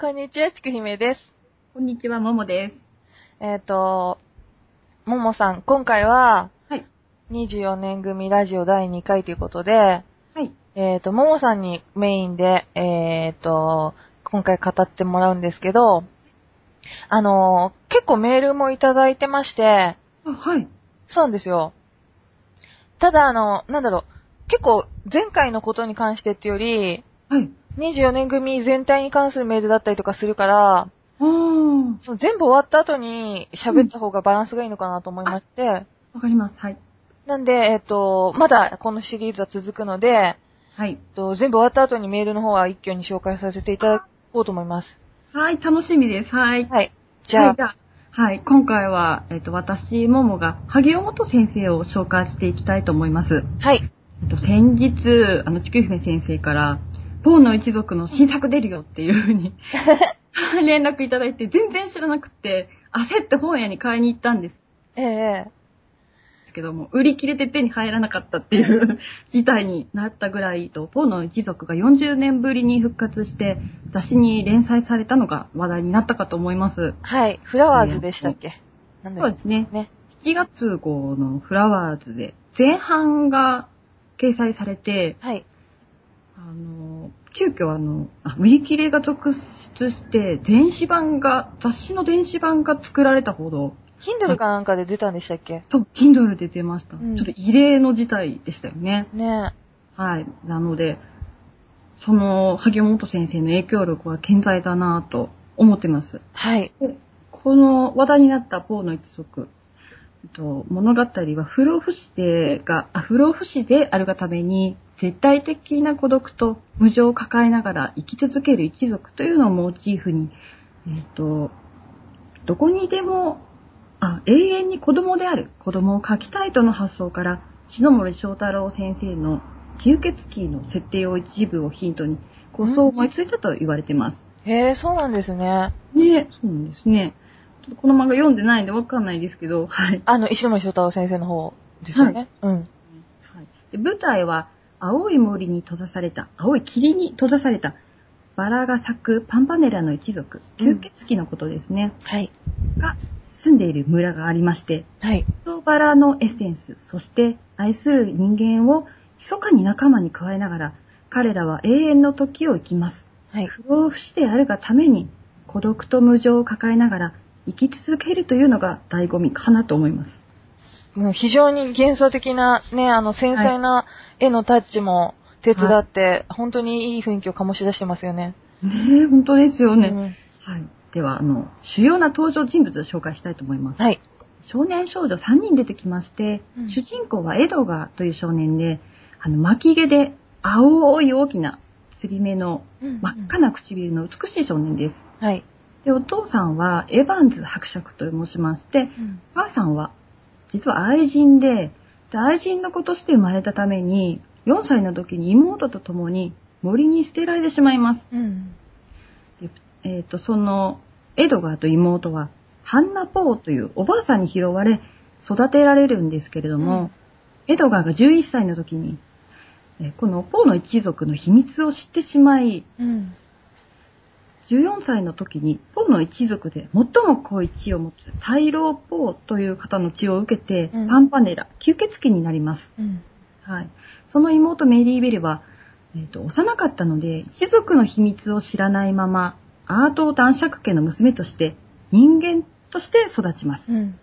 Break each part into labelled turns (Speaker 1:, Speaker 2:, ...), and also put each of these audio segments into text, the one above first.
Speaker 1: こんにちは、ちくひめです。
Speaker 2: こんにちは、ももです。
Speaker 1: えっ、と、ももさん、今回は、
Speaker 2: はい。
Speaker 1: 24年組ラジオ第2回ということで、
Speaker 2: はい。
Speaker 1: えっ、と、ももさんにメインで、えっ、と、今回語ってもらうんですけど、あの、結構メールもいただいてまして、
Speaker 2: あ、はい。
Speaker 1: そうなんですよ。ただ、あの、なんだろう、結構前回のことに関してってより、
Speaker 2: はい。
Speaker 1: 24年組全体に関するメールだったりとかするから、
Speaker 2: あー
Speaker 1: そう全部終わった後に喋った方がバランスがいいのかなと思いまして、
Speaker 2: わかります。はい。
Speaker 1: なんで、えっと、まだこのシリーズは続くので、え
Speaker 2: はい。
Speaker 1: っと、全部終わった後にメールの方は一挙に紹介させていただこうと思います。
Speaker 2: はい、楽しみです。はい。
Speaker 1: はい。じゃあ、
Speaker 2: はい、じゃあはい、今回は、えっと、私、ももが、萩尾元先生を紹介していきたいと思います。
Speaker 1: はい。
Speaker 2: えっと、先日、あの、ちくひめ先生から、ポーの一族の新作出るよっていうふう に、連絡いただいて、全然知らなくて、焦って本屋に買いに行ったんです
Speaker 1: ええ
Speaker 2: けども、売り切れて手に入らなかったっていう 事態になったぐらいと、ポーの一族が40年ぶりに復活して、雑誌に連載されたのが話題になったかと思います。
Speaker 1: はい。フラワーズでしたっけ、なん
Speaker 2: そう
Speaker 1: だっ
Speaker 2: で
Speaker 1: け
Speaker 2: すね。
Speaker 1: ね
Speaker 2: 7月号のフラワーズで、前半が掲載されて、
Speaker 1: はい。
Speaker 2: あの、急遽あの、あ売り切れが続出して、電子版が、雑誌の電子版が作られたほど、
Speaker 1: Kindle かなんかで出たんでしたっけ
Speaker 2: そう、Kindle で出ました。
Speaker 1: うん
Speaker 2: ちょっと異例の事態でしたよね。
Speaker 1: ね
Speaker 2: はい。なので、その、萩本先生の影響力は健在だなぁと思ってます
Speaker 1: え。。はい。
Speaker 2: この話題になったポーの一族、えっと物語は不老不死でが、あ不老不死であるがために、絶対的な孤独と無情を抱えながら生き続ける一族というのをモチーフに、えっと、どこにでも、あ、永遠に子供である、子供を描きたいとの発想から、篠森章太郎先生の吸血鬼の設定を一部をヒントに、構想を思いついたと言われてます。
Speaker 1: へえそうなんですね。
Speaker 2: ね、そうなんですね。ちょっとこの漫画読んでないんでわかんないですけど、はい。
Speaker 1: あの、石森章太郎先生の方ですよね。うん。
Speaker 2: はい、で舞台は、青い森に閉ざされた、青い霧に閉ざされた、バラが咲くパンパネラの一族、
Speaker 1: うん
Speaker 2: 吸血鬼のことですね、
Speaker 1: はい。
Speaker 2: が住んでいる村がありまして、
Speaker 1: はい。
Speaker 2: 人バラのエッセンス、そして愛する人間を密かに仲間に加えながら、彼らは永遠の時を生きます。
Speaker 1: はい。
Speaker 2: 不老不死であるがために孤独と無情を抱えながら生き続けるというのが醍醐味かなと思います。
Speaker 1: もう非常に幻想的な、ね、あの、繊細な絵のタッチも手伝って、本当にいい雰囲気を醸し出してますよね。
Speaker 2: ねえ、本当ですよね。
Speaker 1: うん
Speaker 2: はい。では、あの、主要な登場人物を紹介したいと思います。
Speaker 1: はい。
Speaker 2: 少年少女3人出てきまして、
Speaker 1: うん
Speaker 2: 主人公はエドガーという少年で、あの、巻き毛で青い大きな釣り目の真っ赤な唇の美しい少年です。
Speaker 1: はい。
Speaker 2: で、お父さんはエヴァンズ伯爵と申しまして、お母さんは、実は愛人で、で愛人の子として生まれたために、4歳の時に妹と共に森に捨てられてしまいます。
Speaker 1: うん。
Speaker 2: えっ、と、その、エドガーと妹は、ハンナ・ポーというおばあさんに拾われ、育てられるんですけれども、エドガーが11歳の時に、えーこのポーの一族の秘密を知ってしまい、
Speaker 1: うん。
Speaker 2: 14歳の時に、ポーの一族で最も濃い血を持つタイロー・ポーという方の血を受けて、
Speaker 1: うん
Speaker 2: パンパネラ、吸血鬼になります。
Speaker 1: うん。
Speaker 2: はい。その妹メリー・ベルは、えっ、と、幼かったので、一族の秘密を知らないまま、アートを男爵家の娘として、人間として育ちます。
Speaker 1: うん。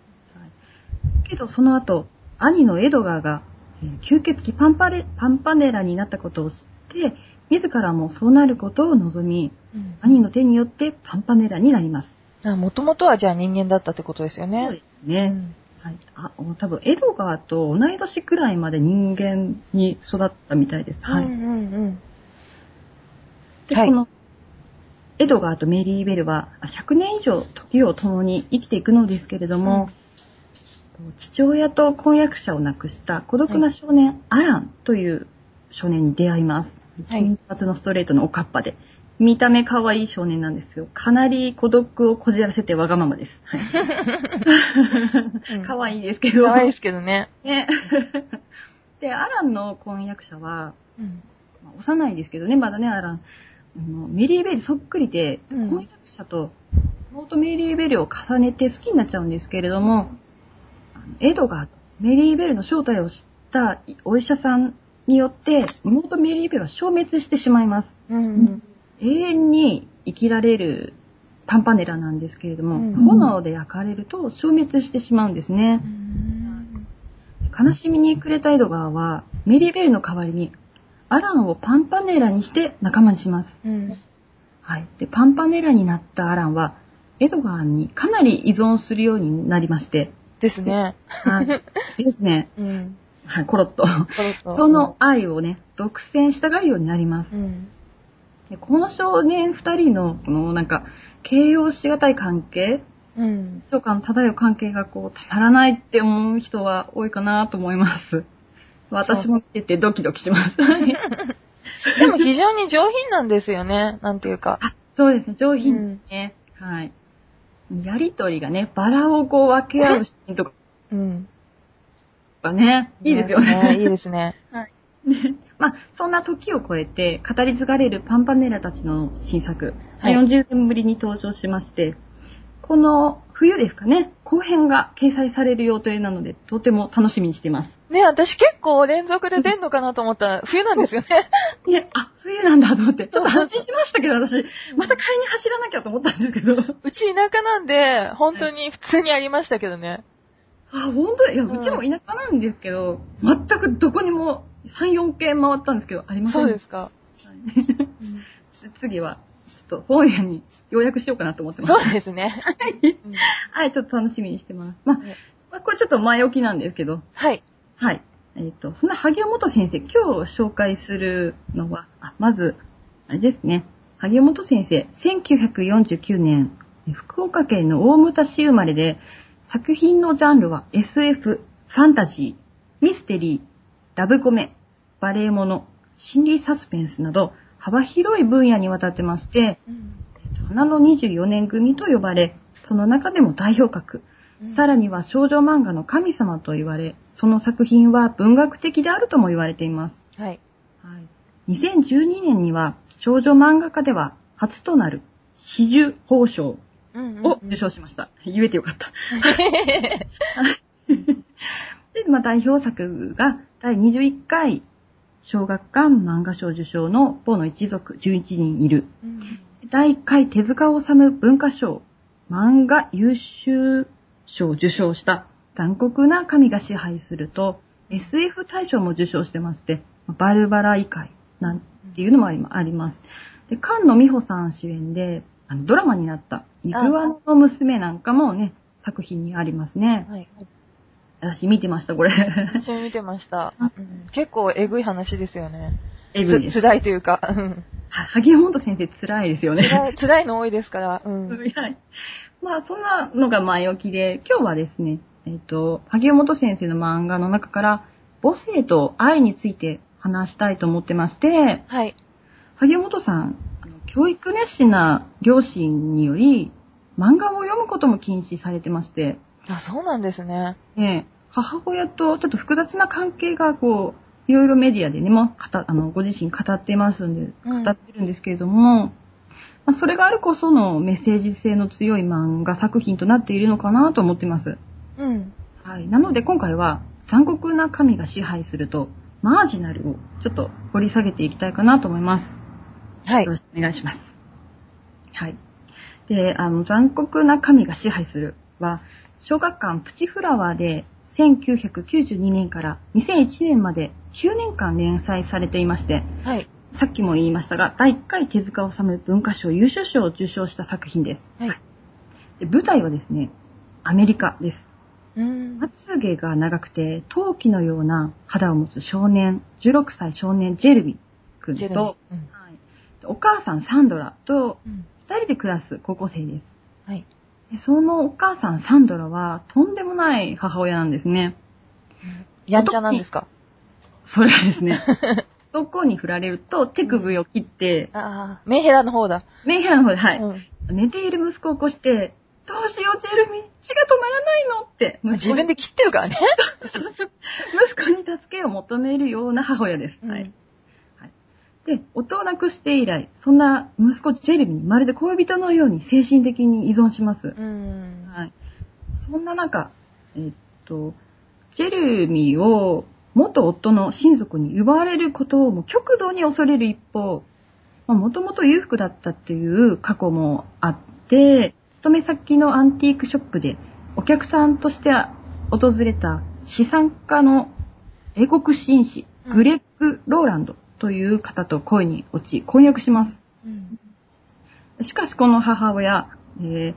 Speaker 2: けど、その後、兄のエドガーが、えー吸血鬼パンパレパンパネラになったことを知って、自らもそうなることを望み、
Speaker 1: うん。
Speaker 2: 兄の手によってパンパネラになります。
Speaker 1: あ、もともとはじゃあ人間だったってことですよね。
Speaker 2: そうです
Speaker 1: う
Speaker 2: ね。
Speaker 1: ん。
Speaker 2: はい。あ、多分、エドガーと同い年くらいまで人間に育ったみたいです。はい。
Speaker 1: うんうんうん。
Speaker 2: で、
Speaker 1: はい
Speaker 2: この、エドガーとメリー・ベルはあ100年以上時を共に生きていくのですけれども、父親と婚約者を亡くした孤独な少年、アランという少年に出会いま
Speaker 1: は
Speaker 2: す。
Speaker 1: い
Speaker 2: 金髪のストレートのおかっぱで。見た目可愛い少年なんですよ。かなり孤独をこじらせてわがままです。はい
Speaker 1: うん
Speaker 2: 可
Speaker 1: か
Speaker 2: 愛いですけど。
Speaker 1: わいいですけどね。
Speaker 2: ね。 で、アランの婚約者は、
Speaker 1: うん。
Speaker 2: まあ幼いですけどね、まだね、アラン。あのメリーベリーそっくりで、
Speaker 1: うん
Speaker 2: 婚約者と妹メリーベリーを重ねて好きになっちゃうんですけれども、あのエドがメリーベリーの正体を知ったお医者さんによって、妹メリーベリーは消滅してしまいます。
Speaker 1: うん。
Speaker 2: 永遠に生きられるパンパネラなんですけれども、
Speaker 1: うん
Speaker 2: 炎で焼かれると消滅してしまうんですね。悲しみに暮れたエドガーは、メリーベルの代わりに、アランをパンパネラにして仲間にします。
Speaker 1: うん。
Speaker 2: はい。で、パンパネラになったアランは、エドガーにかなり依存するようになりまして、
Speaker 1: ですね。
Speaker 2: はい。ですね。
Speaker 1: うん。
Speaker 2: はい、コロッと。
Speaker 1: コロッと
Speaker 2: その、愛をね、独占したがるようになります
Speaker 1: う。ん。
Speaker 2: でこの少年二人の、このなんか、形容しがたい関係、
Speaker 1: うん。
Speaker 2: 長官漂う関係がこう、たまらないって思う人は多いかなと思います。私も見ててドキドキします。はい
Speaker 1: でも非常に上品なんですよね。なんていうか。
Speaker 2: あ、そうですね、上品ですね。はい。やりとりがね、バラをこう分け合うシーンと
Speaker 1: うん。
Speaker 2: か ね、いいですよ
Speaker 1: いい
Speaker 2: ね。
Speaker 1: ですね。
Speaker 2: まあ、そんな時を超えて語り継がれるパンパネラたちの新作、
Speaker 1: はい
Speaker 2: 40年ぶりに登場しまして、この冬ですかね、後編が掲載される予定なので、とても楽しみにしています。
Speaker 1: ね、私結構連続で出んのかなと思った ら、冬なんですよね。
Speaker 2: ね、あ、冬なんだと思って、ちょっと安心しましたけど、私、また買いに走らなきゃと思ったんですけど。
Speaker 1: うち田舎なんで、本当に普通にありましたけどね。
Speaker 2: あ、本当だいや、
Speaker 1: うん
Speaker 2: うちも田舎なんですけど、全くどこにも3、4軒回ったんですけど、ありません。
Speaker 1: そうですすか。
Speaker 2: 次は、ちょっと本屋に要約しようかなと思ってます。
Speaker 1: そうですね。うん
Speaker 2: はい、ちょっと楽しみにしてます。まあ
Speaker 1: ね、
Speaker 2: まあ、これちょっと前置きなんですけど、
Speaker 1: はい。
Speaker 2: はい。えっ、と、そんな萩尾元先生、今日紹介するのは、あまず、あれですね。萩尾元先生、1949年、え福岡県の大牟田市生まれで、作品のジャンルは SF、ファンタジー、ミステリー、ラブコメ、バレエもの、心理サスペンスなど、幅広い分野にわたってまして、えっと花の24年組と呼ばれ、その中でも代表格、さらには少女漫画の神様と言われ、その作品は文学的であるとも言われています。
Speaker 1: はい。
Speaker 2: はい、2012年には少女漫画家では初となる四十宝賞
Speaker 1: うん
Speaker 2: を受賞しました。言えてよ かった。
Speaker 1: う
Speaker 2: で、まあ、代表作が第21回小学館漫画賞受賞のポの一族11人いる。
Speaker 1: ん
Speaker 2: 第1回手塚治虫文化賞漫画優秀賞を受賞した残酷な神が支配すると SF 大賞も受賞してまして、バルバラ異界なんていうのもありまあります。で、菅野美穂さん主演であのドラマになったイグアナの娘なんかもね、作品にありますね。
Speaker 1: はい。
Speaker 2: 私見てました、これ。
Speaker 1: 私も見てました。うん結構えぐい話ですよね。
Speaker 2: エブリで
Speaker 1: つ
Speaker 2: す。
Speaker 1: 辛いというか、 うん
Speaker 2: は萩本先生辛いですよね。
Speaker 1: 辛い辛いの多いですから。うん
Speaker 2: はい。まあ、そんなのが前置きで、今日はですね、えっ、と、萩尾本先生の漫画の中から、母性と愛について話したいと思ってまして、
Speaker 1: はい。
Speaker 2: 萩尾本さん、あの教育熱心な両親により、漫画を読むことも禁止されてまして、
Speaker 1: あ、そうなんですね。
Speaker 2: ね母親とちょっと複雑な関係が、こう、いろいろメディアでね、まあ、語あのご自身語ってますんで、
Speaker 1: うん
Speaker 2: 語ってるんですけれども、まあ、それがあるこそのメッセージ性の強い漫画作品となっているのかなと思ってます。
Speaker 1: うん。
Speaker 2: はい。なので今回は、残酷な神が支配すると、マージナルをちょっと掘り下げていきたいかなと思います。
Speaker 1: はい
Speaker 2: よ。ろしくお願いします。はい。で、あの、残酷な神が支配するは、小学館プチフラワーで1992年から2001年まで9年間連載されていまして、
Speaker 1: はい。
Speaker 2: さっきも言いましたが、第1回手塚治虫文化賞優秀賞を受賞した作品です。
Speaker 1: はい。
Speaker 2: で舞台はですね、アメリカです。
Speaker 1: うん。
Speaker 2: まつげが長くて、陶器のような肌を持つ少年、16歳少年ジェルビ君
Speaker 1: ジェルミ
Speaker 2: と、はいお母さんサンドラと
Speaker 1: うん
Speaker 2: 2人で暮らす高校生です。
Speaker 1: はい。
Speaker 2: でそのお母さんサンドラはとんでもない母親なんですね。
Speaker 1: やんちゃなんですか
Speaker 2: それはで すね。男に振られると手首を切って、
Speaker 1: ああ、メンヘラの方だ。
Speaker 2: メンヘラの方で、はい、
Speaker 1: うん
Speaker 2: 寝ている息子を起こして、どうしようジェルミ、血が止まらないのって息
Speaker 1: 自
Speaker 2: 子
Speaker 1: 分
Speaker 2: に、
Speaker 1: で切ってるからね。
Speaker 2: 息子に助けを求めるような母親です。はい。
Speaker 1: うん
Speaker 2: で、夫を亡くして以来、そんな息子ジェレミーにまるで恋人のように精神的に依存します。
Speaker 1: うん。
Speaker 2: はい。そんな中、えっと、ジェレミーを元夫の親族に奪われることをもう極度に恐れる一方、もともと裕福だったっていう過去もあって、勤め先のアンティークショップでお客さんとして訪れた資産家の英国紳士、
Speaker 1: うん
Speaker 2: グレッグ・ローランドという方と恋に落ち、婚約します。
Speaker 1: うん。
Speaker 2: しかしこの母親、えー、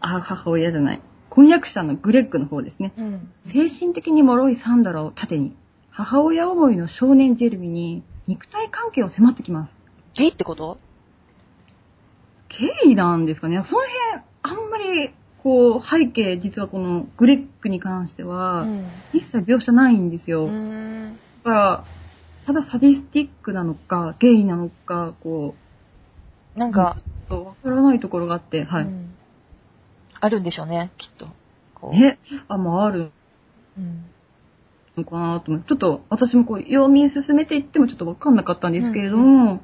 Speaker 2: あ、母親じゃない。婚約者のグレッグの方ですね。
Speaker 1: うん。
Speaker 2: 精神的に脆いサンダラを盾に、母親思いの少年ジェルミに肉体関係を迫ってきます。
Speaker 1: ゲイってこと
Speaker 2: 経緯なんですかね。その辺、あんまり、こう、背景、実はこのグレッグに関して
Speaker 1: う
Speaker 2: は、
Speaker 1: ん。
Speaker 2: 一切描写ないんです
Speaker 1: う
Speaker 2: よ。だ
Speaker 1: ん。
Speaker 2: から、ただサディスティックなのか、ゲイなのか、こ
Speaker 1: なんか、
Speaker 2: う、ちょっとわからないところがあって、はい。
Speaker 1: うんあるんでしょうね、きっと。こう
Speaker 2: え、あ、まあある
Speaker 1: うん
Speaker 2: のかなと思って、ちょっと私もこう読み進めていってもちょっとわかんなかったんですけれども、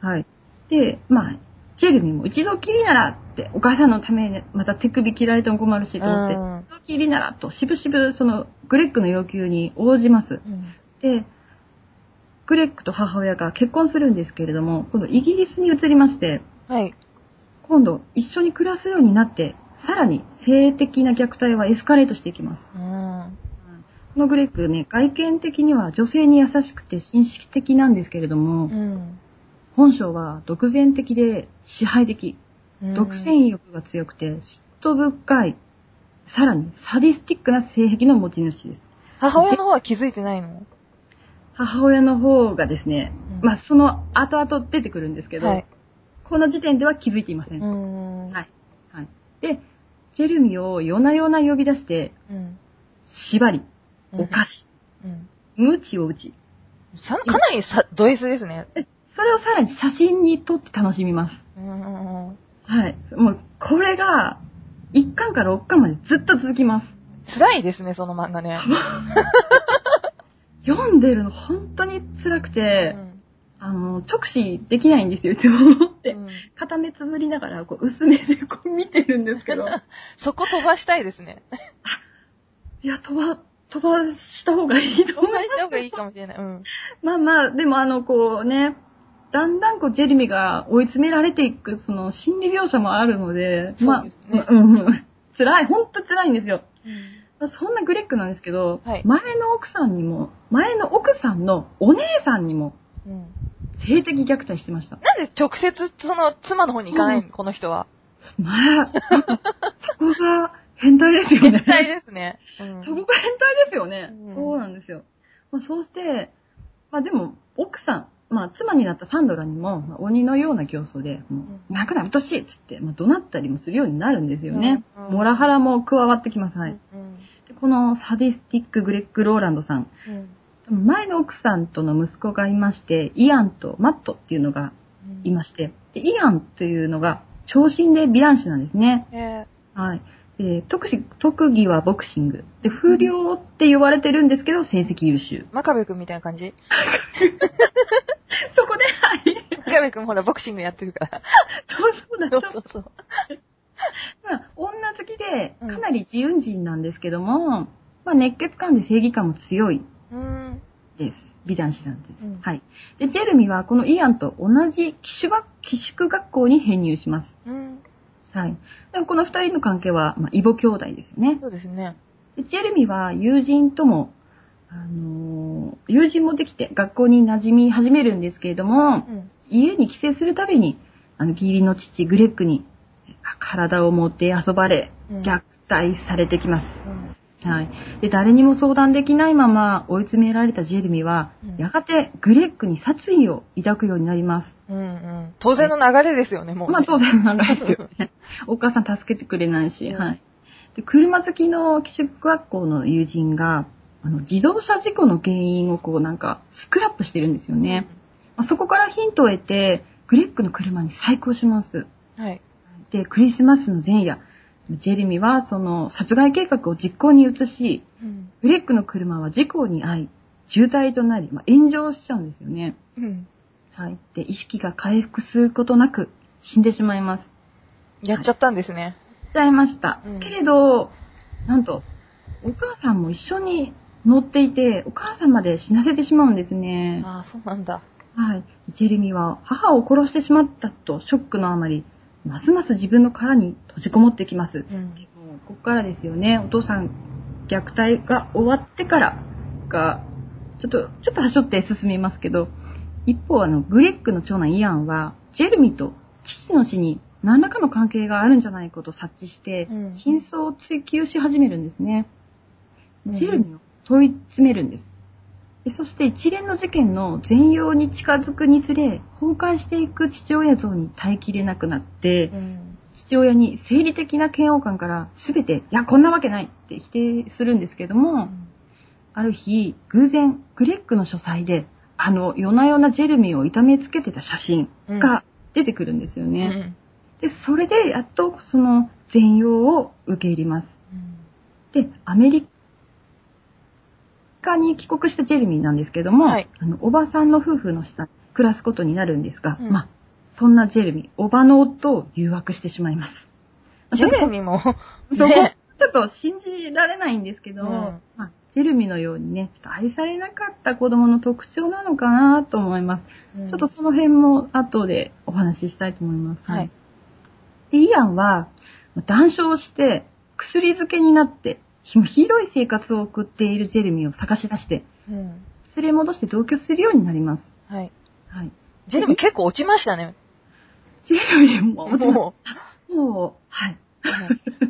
Speaker 2: はい。で、まあ、ジェルミーも一度きりならって、お母さんのためにまた手首切られても困るしと思って、
Speaker 1: うん
Speaker 2: 一度きりならと、しぶしぶそのグレッグの要求に応じます。
Speaker 1: うん
Speaker 2: で、グレッグと母親が結婚するんですけれども、今度イギリスに移りまして、
Speaker 1: はい。
Speaker 2: 今度一緒に暮らすようになって、さらに性的な虐待はエスカレートしていきます。
Speaker 1: うん。
Speaker 2: このグレッグね、外見的には女性に優しくて紳士的なんですけれども、
Speaker 1: うん。
Speaker 2: 本性は独善的で支配的、
Speaker 1: うん
Speaker 2: 独占欲が強くて嫉妬深い、さらにサディスティックな性癖の持ち主です。
Speaker 1: 母親の方は気づいてないの
Speaker 2: 母親の方がですね、
Speaker 1: うん
Speaker 2: まあその後々出てくるんですけど、
Speaker 1: はい。
Speaker 2: この時点では気づいていません。
Speaker 1: うん。
Speaker 2: はいで、ジェルミを夜な夜な呼び出して、
Speaker 1: うん。
Speaker 2: 縛り、お菓子、
Speaker 1: うん。
Speaker 2: 無知を打ち、
Speaker 1: さかなりさ、ド S ですね。
Speaker 2: それをさらに写真に撮って楽しみます。
Speaker 1: うん。うん
Speaker 2: はい。もう、これが、1巻から6巻までずっと続きます。
Speaker 1: 辛いですね、その漫画ね。
Speaker 2: 読んでるの本当に辛くて、
Speaker 1: うん
Speaker 2: あの、直視できないんですよ、いつも。って、
Speaker 1: うん
Speaker 2: 片目つぶりながら、こう、薄めでこう見てるんですけ ど、
Speaker 1: そこ飛ばしたいですね。
Speaker 2: いや、飛ば、飛ばした方がいいと
Speaker 1: 飛
Speaker 2: 思い
Speaker 1: ば
Speaker 2: ま
Speaker 1: した方がいいかもしれない。うん。
Speaker 2: す。 まあまあ、でもあの、こうね、だんだんこう、ジェルミが追い詰められていく、その、心理描写もあるので、まあ、
Speaker 1: そうですね
Speaker 2: うんうん、辛い、本当辛いんですよ。まあそんなグレックなんですけど、
Speaker 1: はい
Speaker 2: 前の奥さんにも、前の奥さんのお姉さんにも
Speaker 1: うん
Speaker 2: 性的虐待してました。
Speaker 1: なんで直接、その、妻の方に行かないのこの人は。
Speaker 2: まあ、なんかそこが変態です よね
Speaker 1: 絶。対ですね。うん
Speaker 2: そこが変態ですよね。
Speaker 1: うん
Speaker 2: そうなんですよ。まあ、そうして、まあでも、奥さん、まあ妻になったサンドラにも、まあ鬼のような競争で、もう、泣くな、うとしいっつって、まあ怒鳴ったりもするようになるんですよね。
Speaker 1: うん
Speaker 2: モラハラも加わってきます。はい。
Speaker 1: うん
Speaker 2: でこのサディスティック・グレッグ・ローランドさん、
Speaker 1: うん
Speaker 2: 前の奥さんとの息子がいまして、イアンとマットっていうのが
Speaker 1: うん
Speaker 2: いまして、でイアンというのが長身で美男子なんですね。
Speaker 1: え
Speaker 2: はい。で特技特技はボクシング。で、不良って言われてるんですけど、成績優秀。
Speaker 1: ー、真壁くんみたいな感 じ
Speaker 2: そこで、は
Speaker 1: 真
Speaker 2: い。
Speaker 1: 壁くんほら、ボクシングやってるから。
Speaker 2: そうそ うだ。
Speaker 1: そう
Speaker 2: ち
Speaker 1: そ
Speaker 2: ょっ
Speaker 1: うそう。
Speaker 2: とまあ女好きで、
Speaker 1: うん
Speaker 2: かなり自運人なんですけども、まあ、熱血感で正義感も強い
Speaker 1: うん。
Speaker 2: です。美男子さんです。
Speaker 1: うん
Speaker 2: はい。で、ジェルミはこのイアンと同じ寄宿学寄宿学校に編入します。
Speaker 1: うん。
Speaker 2: はい。でもこの二人の関係は、まあ、異母兄弟ですよね。
Speaker 1: そうですね。
Speaker 2: でジェルミは友人とも、あのー友人もできて学校に馴染み始めるんですけれども、
Speaker 1: うん。
Speaker 2: 家に帰省するたびに、あの、義理の父、グレッグに、あ体を持って遊ばれ、
Speaker 1: うん
Speaker 2: 虐待されてきます。
Speaker 1: うん
Speaker 2: はい。で、誰にも相談できないまま追い詰められたジェルミは、
Speaker 1: うん
Speaker 2: やがてグレッグに殺意を抱くようになります。
Speaker 1: うんうん。当然の流れですよね、もうね。
Speaker 2: まあ当然なんですよね。お母さん助けてくれないし、
Speaker 1: うん
Speaker 2: はい。で、車好きの寄宿学校の友人が、あの、自動車事故の原因をこうなんか、スクラップしてるんですよね。まあ、そこからヒントを得て、グレッグの車に再行します。
Speaker 1: はい。
Speaker 2: で、クリスマスの前夜、ジェレミはその殺害計画を実行に移し、
Speaker 1: うん。
Speaker 2: グレッグの車は事故に遭い、渋滞となり、まあ、炎上しちゃうんですよね。
Speaker 1: うん。
Speaker 2: 入って意識が回復することなく死んでしまいます。
Speaker 1: やっちゃったんですね。
Speaker 2: しちゃいました。
Speaker 1: うん
Speaker 2: けれど、なんと、お母さんも一緒に乗っていて、お母さんまで死なせてしまうんですね。
Speaker 1: ああ、そうなんだ。
Speaker 2: はい。ジェレミーは母を殺してしまったとショックのあまり、ますます自分の殻に閉じこもってきます。
Speaker 1: うん。
Speaker 2: もうここからですよね。お父さん、虐待が終わってからが、ちょっと、ちょっと端折って進みますけど、一方、あの、グレッグの長男イアンは、ジェルミと父の死に何らかの関係があるんじゃないかと察知して、
Speaker 1: うん
Speaker 2: 真相を追求し始めるんですね。
Speaker 1: うん
Speaker 2: ジェルミを問い詰めるんです。でそして一連の事件の全容に近づくにつれ、崩壊していく父親像に耐えきれなくなって、
Speaker 1: うん。
Speaker 2: 父親に生理的な嫌悪感から全て、いや、こんなわけないって否定するんですけども、ある日、偶然、グレッグの書斎で、あの、夜な夜なジェルミーを痛めつけてた写真
Speaker 1: うん
Speaker 2: が出てくるんですよ
Speaker 1: う
Speaker 2: ね。
Speaker 1: ん。
Speaker 2: で、それで、やっと、その、全容を受け入れます。で、アメリカに帰国したジェルミーなんですけども、
Speaker 1: はい
Speaker 2: あのおばさんの夫婦の下、暮らすことになるんですが、
Speaker 1: うん
Speaker 2: まあ、そんなジェルミー、おばの夫を誘惑してしまいます。
Speaker 1: ジェレミー も、
Speaker 2: そこ、
Speaker 1: ね
Speaker 2: ちょっと信じられないんですけど、
Speaker 1: うん
Speaker 2: まあ、ジェルミのようにね、ちょっと愛されなかった子供の特徴なのかなと思います。ちょっとその辺も後でお話ししたいと思います。
Speaker 1: はい。
Speaker 2: で、イアンは、まあ断症して、薬漬けになって、ひひどい生活を送っているジェルミを探し出して、
Speaker 1: うん。
Speaker 2: 連れ戻して同居するようになります。
Speaker 1: はい。
Speaker 2: はい。
Speaker 1: ジェレミー結構落ちましたね。
Speaker 2: ジェルミも、もちろん、
Speaker 1: も
Speaker 2: もう、はい。
Speaker 1: う。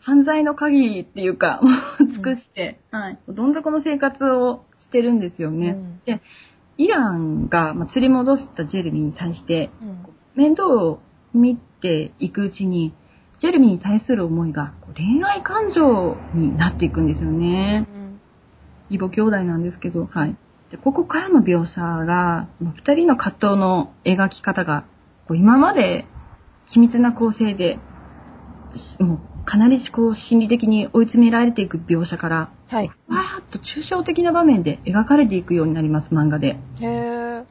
Speaker 2: 犯罪の鍵っていうか、もう尽くして、はい。どん底の生活をしてるんですよ
Speaker 1: う
Speaker 2: ね。
Speaker 1: ん
Speaker 2: イランが、まあ、釣り戻したジェルミーに対して、
Speaker 1: うん
Speaker 2: 面倒を見ていくうちに、ジェルミーに対する思いがこう恋愛感情になっていくんですよね。
Speaker 1: うん
Speaker 2: 異母兄弟なんですけど、はい。で、ここからの描写が、まあ二人の葛藤の描き方が、こう今まで緻密な構成で、しもうかなりこう心理的に追い詰められていく描写から、
Speaker 1: はい。
Speaker 2: わーっと抽象的な場面で描かれていくようになります、漫画で。
Speaker 1: へえ。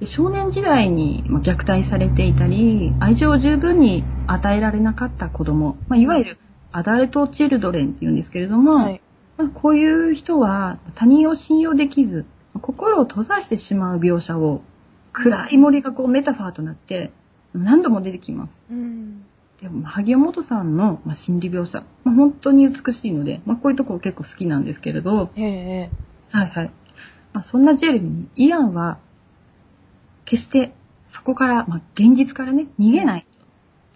Speaker 2: で少年時代にまあ虐待されていたり愛情を十分に与えられなかった子供、まあ、いわゆるアダルト・チルドレンっていうんですけれども、
Speaker 1: はい。
Speaker 2: まあ、こういう人は他人を信用できず心を閉ざしてしまう描写を暗い森がこうメタファーとなって何度も出てきます
Speaker 1: うん。
Speaker 2: でもまあ萩尾元さんのまあ心理描写、まあ、本当に美しいので、まあ、こういうとこ結構好きなんですけれど、
Speaker 1: へえ。
Speaker 2: はいはい。まあ、そんなジェルミーにイアンは、決してそこから、まあ、現実からね、逃げない。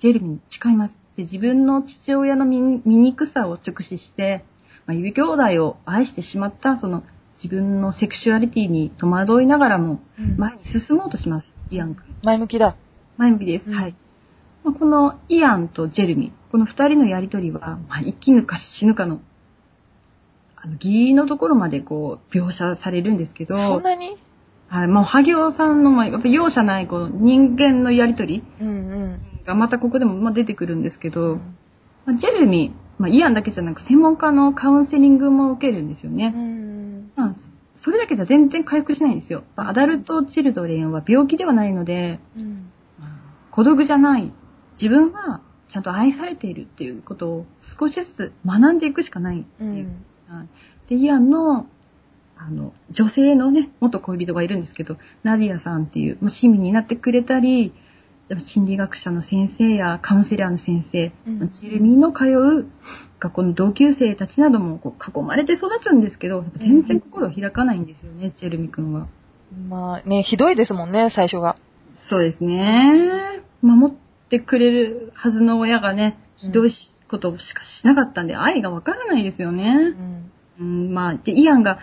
Speaker 2: ジェルミーに誓います。で、自分の父親のみ醜さを直視して、まあ、指兄弟を愛してしまった、その自分のセクシュアリティに戸惑いながらも、
Speaker 1: うん
Speaker 2: 前に進もうとします、イアン君。
Speaker 1: 前向きだ。
Speaker 2: 前向きです。
Speaker 1: うん
Speaker 2: はい。まあ、このイアンとジェルミ、この二人のやりとりは、まあ、生きぬか死ぬかの、あの、ギリのところまでこう、描写されるんですけど、
Speaker 1: そんなに
Speaker 2: はい、もう、萩尾さんの、まあ、やっぱ容赦ない、この人間のやりとり
Speaker 1: うん
Speaker 2: がまたここでも、まあ、出てくるんですけ
Speaker 1: う
Speaker 2: ど、
Speaker 1: ん。
Speaker 2: まあ、ジェルミ、まあ、イアンだけじゃなく、専門家のカウンセリングも受けるんですよね。
Speaker 1: うん。
Speaker 2: まあ、そそれだけじゃ全然回復しないんですよ。まあアダルト・チルドレンは病気ではないので、
Speaker 1: うん。
Speaker 2: 孤独じゃない。自分はちゃんと愛されているっていうことを少しずつ学んでいくしかないって
Speaker 1: う
Speaker 2: いう。
Speaker 1: ん。
Speaker 2: で、イアンの、あの、女性のね、元恋人がいるんですけど、ナディアさんっていう、まあ、市民になってくれたり、でも心理学者の先生やカウンセラーの先生、
Speaker 1: うん
Speaker 2: ジェレミーの通う学校の同級生たちなどもこう囲まれて育つんですけど、やっぱ全然心を開かないんですよね、ジェルミー君は。
Speaker 1: まあね、ひどいですもんね、最初が。
Speaker 2: そうですね。守ってくれるはずの親がね、ひどいしことしかしなかったんで、愛がわからないですよ
Speaker 1: う
Speaker 2: ね。
Speaker 1: ん。
Speaker 2: うん、まあ、で、イアンが、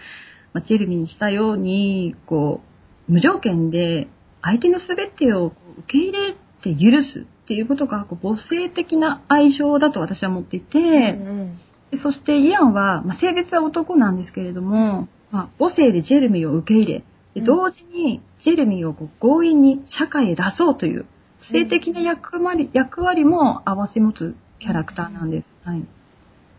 Speaker 2: まあ、チェルミーにしたように、こう、無条件で、相手の全てをこう受け入れて許すっていうことが、こう母性的な愛情だと私は思っていて、
Speaker 1: うん
Speaker 2: でそしてイアンは、まあ、性別は男なんですけれども、まあ、母性でジェルミーを受け入れ、
Speaker 1: う
Speaker 2: で
Speaker 1: ん
Speaker 2: 同時にジェルミーをこう強引に社会へ出そうという、性的な役割役割も併せ持つキャラクターなんです。はい。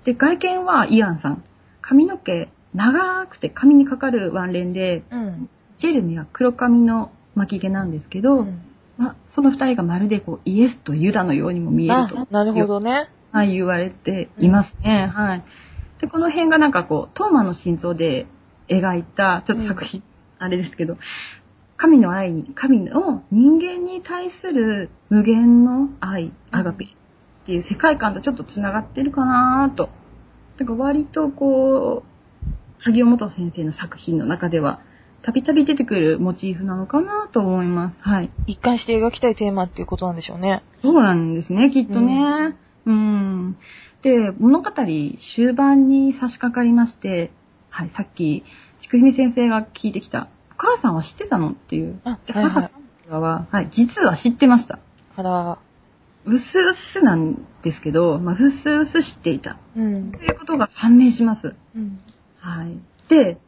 Speaker 2: で、外見はイアンさん。髪の毛、長くて髪にかかるワンレンで、
Speaker 1: うん。
Speaker 2: ジェルミーは黒髪の巻き毛なんですけど、まあ、その二人がまるでこうイエスとユダのようにも見えると
Speaker 1: あ、なるほどね。
Speaker 2: はい、言われていますね。はい。で、この辺がなんかこう、トーマの心臓で描いた、ちょっと作品、あれですけど、神の愛に、神の人間に対する無限の愛、アガペっていう世界観とちょっと繋がってるかなと。だから割とこう、萩尾元先生の作品の中では、たびたび出てくるモチーフなのかなと思います。はい。
Speaker 1: 一貫して描きたいテーマっていうことなんでしょうね。
Speaker 2: そうなんですね、きっとね。うん。で、物語終盤に差し掛かりまして、はい、さっき、ちくひみ先生が聞いてきた、お母さんは知ってたのっていう。
Speaker 1: あ、
Speaker 2: で、
Speaker 1: はいは
Speaker 2: 母
Speaker 1: い
Speaker 2: さ。んは、はい、実は知ってました。
Speaker 1: あら、
Speaker 2: うすうすなんですけど、まあ、うすうす知っていた。
Speaker 1: うん
Speaker 2: と。いうことが判明します。
Speaker 1: うん。
Speaker 2: はい。で、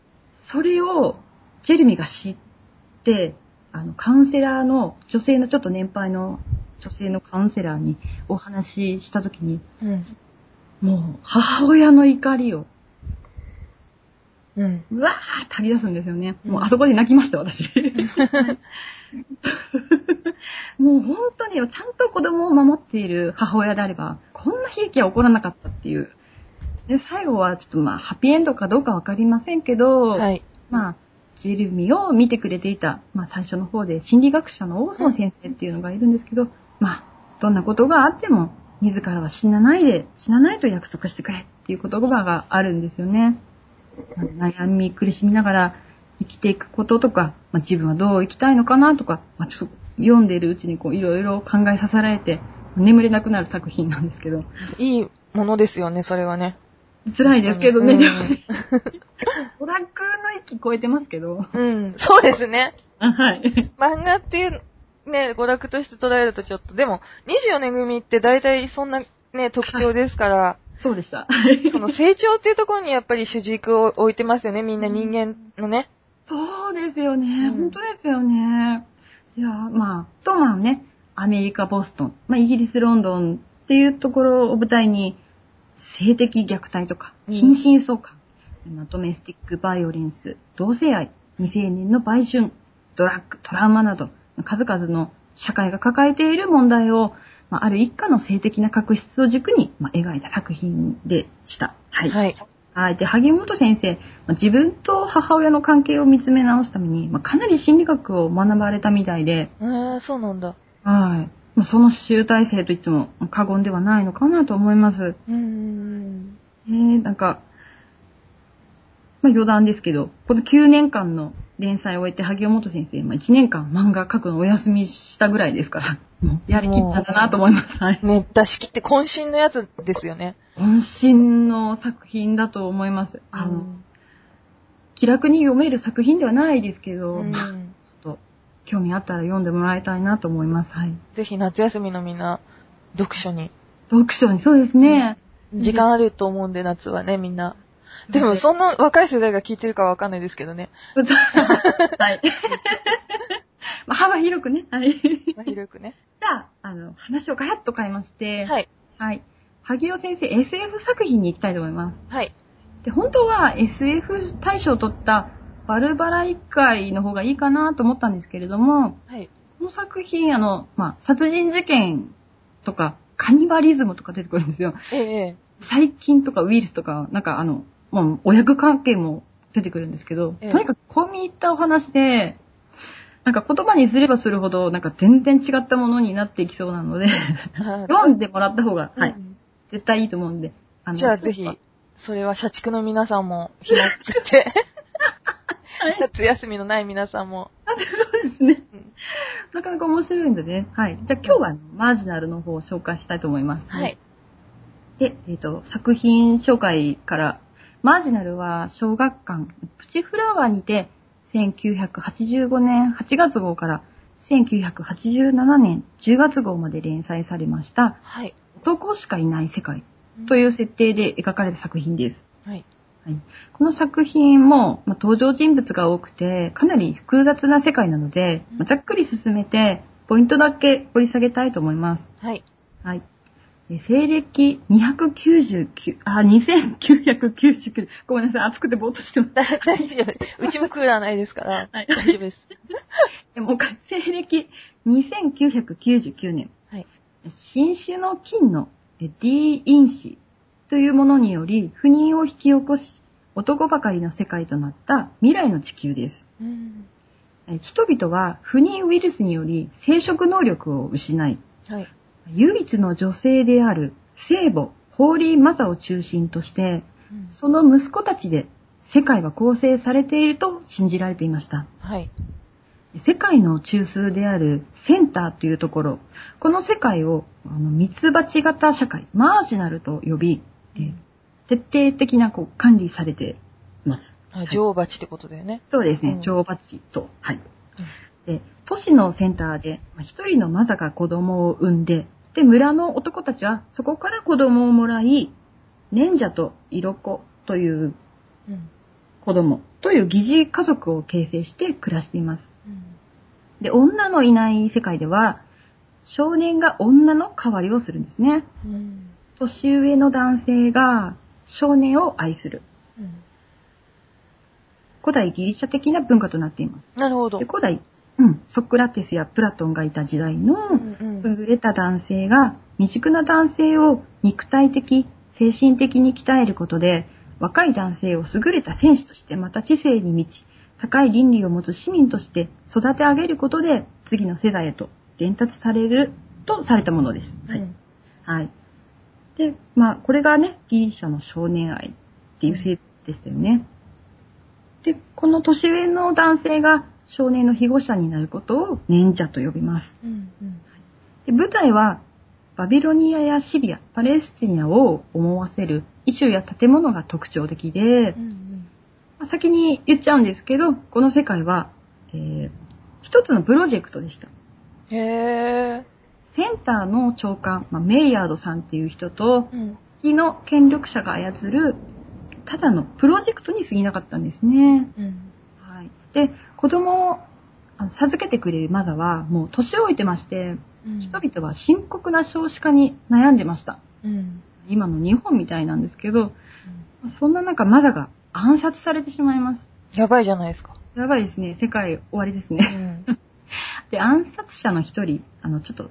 Speaker 2: それを、ジェルミが知って、あの、カウンセラーの、女性のちょっと年配の女性のカウンセラーにお話ししたときに、
Speaker 1: うん。
Speaker 2: もう、母親の怒りを、
Speaker 1: うん。
Speaker 2: うわーって吐き出すんですよね。
Speaker 1: うん
Speaker 2: もう、あそこで泣きまし た、私。もう、本当に、ちゃんと子供を守っている母親であれば、こんな悲劇は起こらなかったっていう。で、最後は、ちょっとまあ、ハッピーエンドかどうかわかりませんけど、
Speaker 1: はい。
Speaker 2: まあ、ジェルミを見てくれていた、まあ、最初の方で心理学者の大園先生っていうのがいるんですけど、まあ、どんなことがあっても、自らは死なないで、死なないと約束してくれっていう言葉があるんですよね。悩み、苦しみながら生きていくこととか、まあ、自分はどう生きたいのかなとか、まあ、ちょっと読んでいるうちにこういろいろ考えさせられて、眠れなくなる作品なんですけど、
Speaker 1: いいものですよね、それはね。
Speaker 2: 辛いですけどね、
Speaker 1: うん
Speaker 2: でもね娯楽の域超えてますけど、
Speaker 1: うん。そうですね。
Speaker 2: あはい。
Speaker 1: 漫画っていう、ね、娯楽として捉えるとちょっと、でも、24年組って大体そんなね、特徴です から、
Speaker 2: そうでした。
Speaker 1: その成長っていうところにやっぱり主軸を置いてますよね、みんな人間のね。
Speaker 2: そうですよね。
Speaker 1: うん
Speaker 2: 本当ですよね。いやー、まあ、トマンね、アメリカ、ボストン、まあ、イギリス、ロンドンっていうところを舞台に、性的虐待とか、
Speaker 1: うん
Speaker 2: 心身相関、まあドメスティックバイオレンス、同性愛、未成年の売春、ドラッグ、トラウマなど、数々の社会が抱えている問題を、まあ、ある一家の性的な確執を軸に、まあ、描いた作品でした。はい。
Speaker 1: はい。
Speaker 2: はい。で、萩本先生、まあ自分と母親の関係を見つめ直すために、まあかなり心理学を学ばれたみたいで、
Speaker 1: えー、そうなんだ。
Speaker 2: はい。まあその集大成と言っても過言ではないのかなと思います。
Speaker 1: うーん。
Speaker 2: えー、なんか、まあ余談ですけど、この9年間の連載を終えて、萩尾元先生、まあ1年間漫画描くのお休みしたぐらいで すから、もうやりきったんだなと思います。はい。
Speaker 1: ね、出し切って渾身のやつですよね。
Speaker 2: 渾身の作品だと思います。あの、
Speaker 1: うん
Speaker 2: 気楽に読める作品ではないですけど、
Speaker 1: うん
Speaker 2: ちょっと興味あったら読んでもらいたいなと思います。はい。
Speaker 1: ぜひ夏休みのみんな、読書に。
Speaker 2: 読書にそうですね。うん
Speaker 1: 時間あると思うんで、夏はね、みんな。でも、そんな若い世代が聞いてるかわかんないですけどね。
Speaker 2: うざはい。 まあ、幅広くね。 はい。じ
Speaker 1: まあ広くね。
Speaker 2: ゃあ、あの、話をガラッと変えまして、い。
Speaker 1: はい。
Speaker 2: はい。萩尾先生、SF 作品に行きたいと思います。
Speaker 1: はい。
Speaker 2: で、本当は SF 大賞を取ったバルバラ一回の方がいいかなと思ったんですけれども、
Speaker 1: はい。
Speaker 2: この作品、あの、まあ、殺人事件とか、カニバリズムとか出てくるんですよ。
Speaker 1: ええ
Speaker 2: 細菌とかウイルスとか、なんかあの、もうお役関係も出てくるんですけど、
Speaker 1: ええ
Speaker 2: とにかく込み入ったお話で、なんか言葉にすればするほど、なんか全然違ったものになっていきそうなので、
Speaker 1: あー
Speaker 2: 読んでもらった方が、はい、
Speaker 1: うん
Speaker 2: 絶対いいと思うんで。あの
Speaker 1: じゃあ、ぜひ、それは社畜の皆さんも、暇を切って、 夏休みのない皆さんも。
Speaker 2: そうですね
Speaker 1: うん。
Speaker 2: なかなか面白いんでね。はい。じゃあ今日はあのマージナルの方を紹介したいと思います。
Speaker 1: はい。。
Speaker 2: で、えっ、と、作品紹介から、マージナルは小学館、プチフラワーにて、1985年8月号から1987年10月号まで連載されました、
Speaker 1: はい。
Speaker 2: 男しかいない世界という設定で描かれた作品です。
Speaker 1: はい。
Speaker 2: この作品も、まあ登場人物が多くて、かなり複雑な世界なので、まあざっくり進めて、ポイントだけ掘り下げたいと思います。
Speaker 1: はい。
Speaker 2: はい。えー西暦299、あ、2999年。ごめんなさい、暑くてぼーっとしてます。
Speaker 1: 大丈夫です。うちもクーラーないです から、
Speaker 2: はい
Speaker 1: 大丈夫です。
Speaker 2: でもう一回、西暦2999年。
Speaker 1: はい
Speaker 2: 新種の菌のえー D 因子というものにより、不妊を引き起こし、男ばかりの世界となった未来の地球です。
Speaker 1: うん。
Speaker 2: えー人々は不妊ウイルスにより生殖能力を失い、
Speaker 1: はい。
Speaker 2: 唯一の女性である聖母、ホーリーマザーを中心として、
Speaker 1: うん
Speaker 2: その息子たちで世界は構成されていると信じられていました。
Speaker 1: はい。
Speaker 2: 世界の中枢であるセンターというところ、この世界をあのミツバチ型社会、マージナルと呼び、えー徹底的なこう管理されています。
Speaker 1: あ女王蜂ってことだよね。
Speaker 2: そうですね
Speaker 1: う、ん
Speaker 2: 女王蜂と。はい。で、都市のセンターで、まあ一人のマザが子供を産んで、で、村の男たちはそこから子供をもらい、忍者と色子という
Speaker 1: うん。
Speaker 2: 子供という疑似家族を形成して暮らしています。で、女のいない世界では、少年が女の代わりをするんですね。
Speaker 1: うん。
Speaker 2: 年上の男性が少年を愛する。
Speaker 1: うん。
Speaker 2: 古代ギリシャ的な文化となっています。
Speaker 1: なるほど
Speaker 2: で。古代、うん、ソクラテスやプラトンがいた時代
Speaker 1: う
Speaker 2: の
Speaker 1: んうん。
Speaker 2: 優れた男性が未熟な男性を肉体的、精神的に鍛えることで、若い男性を優れた戦士としてまた知性に満ち、高い倫理を持つ市民として育て上げることで、次の世代へと伝達されるとされたものです。はい。
Speaker 1: うん
Speaker 2: はい。で、まあ、これがね、ギリシャの少年愛っていう性でしたよね。で、この年上の男性が少年の被護者になることを忍者と呼びます。
Speaker 1: うんうん。
Speaker 2: で舞台はバビロニアやシリア、パレスチナを思わせる衣装や建物が特徴的で
Speaker 1: う、ん
Speaker 2: まあ先に言っちゃうんですけど、この世界は、えー一つのプロジェクトでした。
Speaker 1: うん。へえ。
Speaker 2: センターの長官、まあメイヤードさんっていう人と、
Speaker 1: うん。
Speaker 2: 月の権力者が操る、ただのプロジェクトに過ぎなかったんですね。
Speaker 1: うん。
Speaker 2: はい。で、子供をあの授けてくれるマザは、もう年老いてまして、人々は深刻な少子化に悩んでました。
Speaker 1: うん。
Speaker 2: 今の日本みたいなんですけど、そんな中、マザが暗殺されてしまいます。
Speaker 1: やばいじゃないですか。
Speaker 2: やばいですね。世界終わりです
Speaker 1: う
Speaker 2: ね。
Speaker 1: ん。
Speaker 2: で、暗殺者の一人、あの、ちょっと、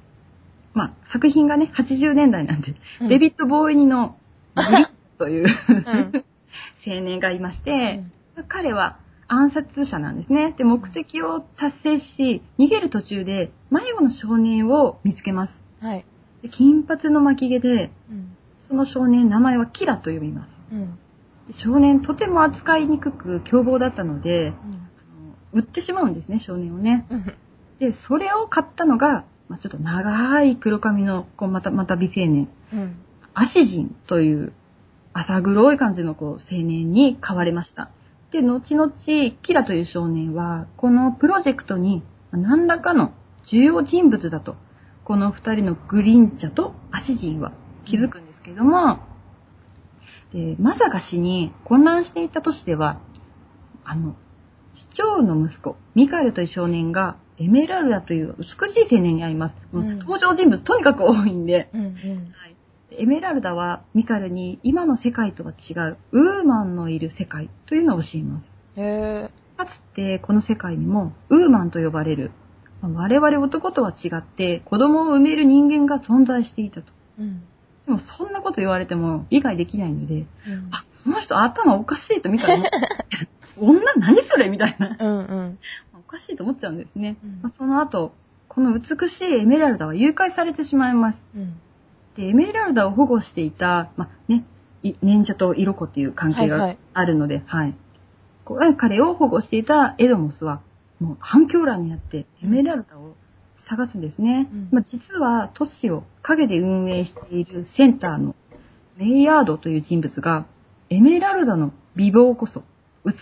Speaker 2: まあ、作品がね、80年代なんで、
Speaker 1: うん
Speaker 2: デビッド・ボーイ ニの、ブリッという
Speaker 1: うん。
Speaker 2: 青年がいまし
Speaker 1: う
Speaker 2: て
Speaker 1: ん、
Speaker 2: 彼は暗殺者なんですね。で、目的を達成し、逃げる途中で迷子の少年を見つけます。
Speaker 1: はい。
Speaker 2: で金髪の巻き毛で、
Speaker 1: うん。
Speaker 2: その少年、名前はキラと呼びます。
Speaker 1: うん。
Speaker 2: 少年とても扱いにくく凶暴だったので、
Speaker 1: うん
Speaker 2: あの売ってしまうんですね、少年をね。
Speaker 1: うん。
Speaker 2: で、それを買ったのが、まあ、ちょっと長い黒髪の、こうまた、また美青年、
Speaker 1: うん。
Speaker 2: アシジンという浅黒い感じのこう青年に買われました。で、後々、キラという少年は、このプロジェクトにまあ何らかの重要人物だと、この二人のグリンチャとアシジンは気づくんですけども、でマザが死に混乱していた都市では、あの、市長の息子、ミカエルという少年が、エメラルダという美しい青年に会います。もう
Speaker 1: うん
Speaker 2: 登場人物とにかく多いんで、
Speaker 1: うん。
Speaker 2: はい、エメラルダはミカルに今の世界とは違うウーマンのいる世界というのを教えます。
Speaker 1: へえ。
Speaker 2: かつてこの世界にもウーマンと呼ばれる、まあ我々男とは違って子供を産める人間が存在していたと。
Speaker 1: うん。
Speaker 2: でもそんなこと言われても理解できないので、
Speaker 1: うん
Speaker 2: あ、この人頭おかしいと見たら、 女何それみたいな。
Speaker 1: うんうん。
Speaker 2: おかしいと思っちゃうんですね。
Speaker 1: うん
Speaker 2: まあその後、この美しいエメラルダは誘拐されてしまいます。
Speaker 1: うん。
Speaker 2: で、エメラルダを保護していた、まあね、い忍者と色子っていう関係
Speaker 1: はいは
Speaker 2: が
Speaker 1: い
Speaker 2: あるので、はい、こう彼を保護していたエドモスは、もう反響乱になって、エメラルダを探すんですね。
Speaker 1: うん
Speaker 2: まあ、実は都市を陰で運営しているセンターのメイヤードという人物が、エメラルダの美貌こそ、